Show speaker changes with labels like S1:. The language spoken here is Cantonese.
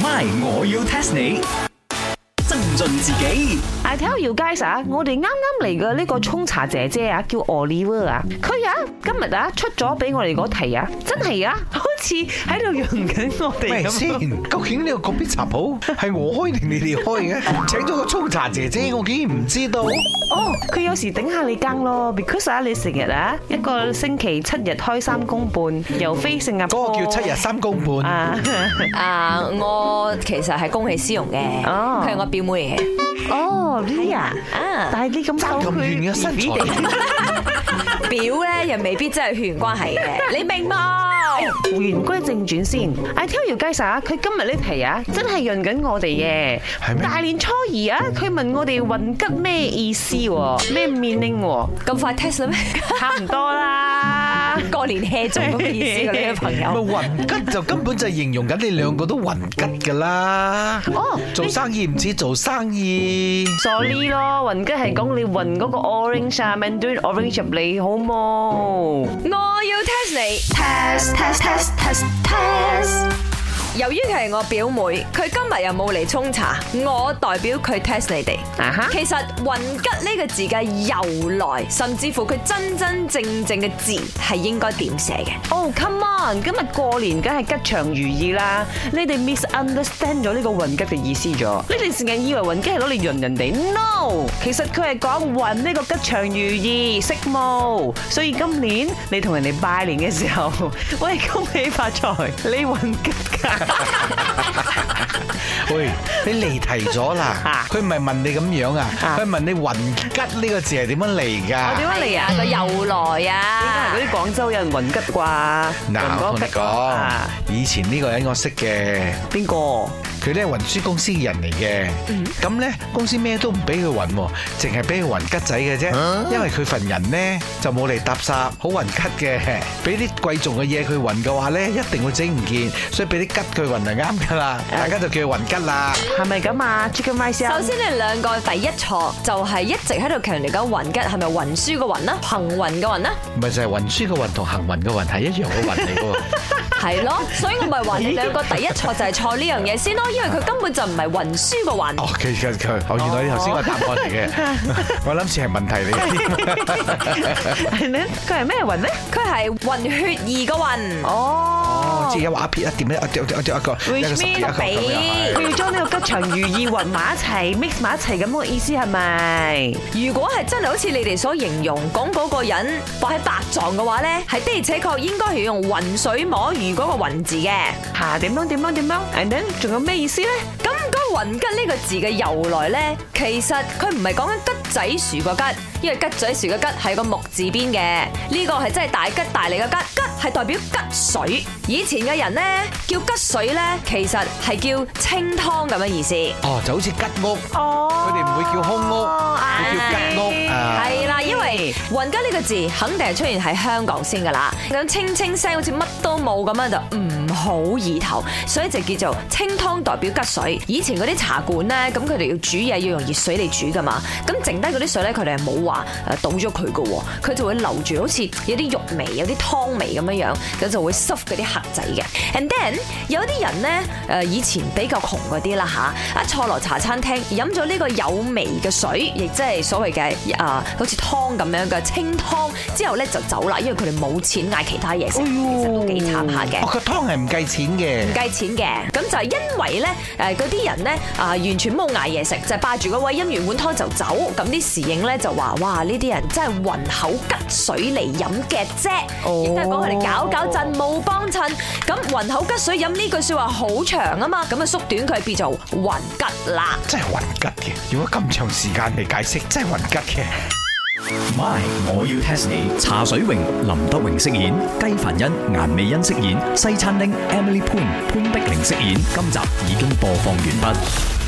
S1: My，我要 test 你。增進自己
S2: I tell you guys 啊，我哋啱啱嚟嘅呢個沖茶姐姐啊，叫 Oliver 啊，佢啊今日啊出咗俾我哋嗰題啊， 真係啊，好似喺度用緊我哋
S3: 咩
S2: 咁。
S3: 先？究竟呢個嗰邊茶鋪係我開定你哋 開嘅？請咗個沖茶姐姐，我竟然唔知道。
S2: 哦，佢有時頂下你更咯，because 啊，你成日啊一個星期七日開三公半，又飛性啊。
S3: 嗰個叫七日三公 半。
S2: 啊，
S4: 啊，我其實係恭喜思蓉嘅，
S2: 哦
S4: 佢係我表妹嚟嘅。
S2: 哦呢啲啊，
S4: 啊
S2: 但係你咁
S3: 爭咁遠嘅
S2: 佢
S3: 身材，
S4: 表咧又未必真係血緣關 係嘅，你明冇？
S2: 言歸正傳先，I tell you guys 啊，佢今日呢題啊，真係潤緊我哋嘅。
S3: 係咩
S2: 大年初二啊，佢問我哋運吉咩意思喎，咩 meaning 喎，
S4: 咁快 test 啦咩？
S2: 差唔多啦。
S4: 過年 hea 做咁嘅意思嘅呢個朋
S3: 咪
S4: 友。
S3: 雲吉就根本就係形容緊你兩個都雲吉㗎啦。
S2: 哦
S3: 做生意唔似做生意。
S2: sorry 咯，運吉係講你運嗰個 orange 啊，mandarin orange 入嚟好冇？
S4: 我要 test 你。
S5: test test test test test
S4: 由於佢係我表妹，佢今日又冇嚟沖茶，我代表佢 test 你哋。
S2: 啊
S5: Uh-huh
S2: 哈
S4: 其實雲吉呢個字嘅由來，甚至乎佢真真正正嘅字係應該點寫嘅？
S2: 哦、c o m e on，今日過年梗係吉祥如意啦！你哋 misunderstand 咗呢個運吉嘅意思咗，你哋成日以為運吉係攞嚟潤人哋，no，其實佢係講運呢個吉祥如意，色冇。所以今年你同人哋拜年嘅時候， 喂恭喜發財，你運吉 㗎。
S3: 喂，你離題咗
S2: 啊
S3: 啦！佢唔係問你咁樣啊，
S2: 啊
S3: 佢係問你雲吉呢個字係點樣嚟
S2: 我
S3: 㗎？
S2: 點解嚟啊？
S4: 哎個由來
S2: 應
S4: 啊
S2: 該係！嗰啲廣州人運吉啩？
S3: 嗱，
S2: 雲
S3: 我
S2: 嗰
S3: 同
S2: 吉
S3: 你講
S2: 啊，
S3: 以前呢個人我識嘅，
S2: 邊個？
S3: 佢咧運輸公司嘅人嚟嘅。咁咧公司咩都唔俾佢運喎，淨係俾佢雲吉仔嘅啫。因為佢份人咧就冇嚟搭霎，好雲吉嘅。 俾啲貴重嘅嘢佢運嘅話咧，一定會整唔見，所以俾啲吉佢運就啱㗎啦。大家就叫佢雲吉啦。
S2: 係咪咁啊？Chicken rice 啊
S4: 首先你兩個第一錯就係一直喺度強調緊雲吉係咪運輸嘅雲啦，行運啊嘅雲啦，
S3: 咪就係運輸嘅運同行運嘅運係一樣嘅運嚟嘅喎。
S4: 係咯，所以我咪話你兩個第一錯就係錯呢樣嘢先咯，因為佢根本就唔係運輸嘅雲。
S3: 哦，其實佢，哦，原來你頭先個答案嚟嘅，我諗似係問題嚟嘅。
S2: 係咧，佢係咩雲咧？
S4: 佢係混血兒嘅混，
S3: 哦
S2: 哦，
S3: 即係一畫一撇一點一一一一個一個十一個咁樣
S2: 佢要將呢個吉祥如意混埋一齊，mix 埋一齊咁嘅意思係咪？
S4: 如果係真係好似你哋所形容講嗰個人話喺白撞嘅話呢，係的而且確應該係用渾水摸魚嗰個渾字嘅。
S2: 嚇點樣點樣點樣？And then 仲有咩意思咧？
S4: 咁嗰雲吉呢個字嘅由來呢，其實佢唔係講緊吉仔樹個吉，因為吉仔樹個吉係個木字邊嘅，呢個係真係大吉大利嘅吉，吉係代表吉水。以前嘅人呢，叫吉水呢，其實係叫清湯咁嘅意思。
S3: 哦，就好似吉屋，
S2: 哦
S3: 佢哋唔會叫空屋，會叫吉屋啊。
S4: 係啦，因為雲吉呢個字肯定係出現喺香港先噶啦，咁清清聲好似乜都冇咁樣就唔好意頭，所以就叫做清湯代表吉水。以前嗰啲茶館呢，咁佢哋要煮嘢要用熱水嚟煮噶嘛，咁剩低嗰啲水呢，佢哋係冇話誒倒咗佢噶喎，佢就會留住好似有啲肉味、有啲湯味咁樣樣，咁就會濕嗰啲客仔嘅。And then 有啲人呢，誒以前比較窮嗰啲啦吓，一坐落茶餐廳飲咗呢個有味嘅水，亦即係所謂嘅啊好似湯咁樣嘅清湯之後呢，就走啦，因為佢哋冇錢嗌其他嘢食，其實都幾慘下嘅
S3: 哦，。個湯係唔計錢嘅。
S4: 計錢嘅，咁就係因為咧，誒嗰啲人咧啊，完全冇嗌嘢食，就係霸住個位飲完碗湯就走，咁啲侍應咧就話：哇，呢啲人真係混口吉水嚟飲嘅啫，
S2: 哦
S4: 亦都係講佢哋搞搞震冇幫襯。咁混口吉水飲呢句説話好長啊嘛，咁啊縮短佢變做混吉啦。
S3: 真係雲吉嘅，用咗咁長時間嚟解釋，真係雲吉嘅。
S1: ，My，我要 test 你。茶水榮、林德榮飾演，雞凡欣、顏美欣飾演，西餐廳 Emily Poon 潘碧玲飾演。今集已經播放完畢。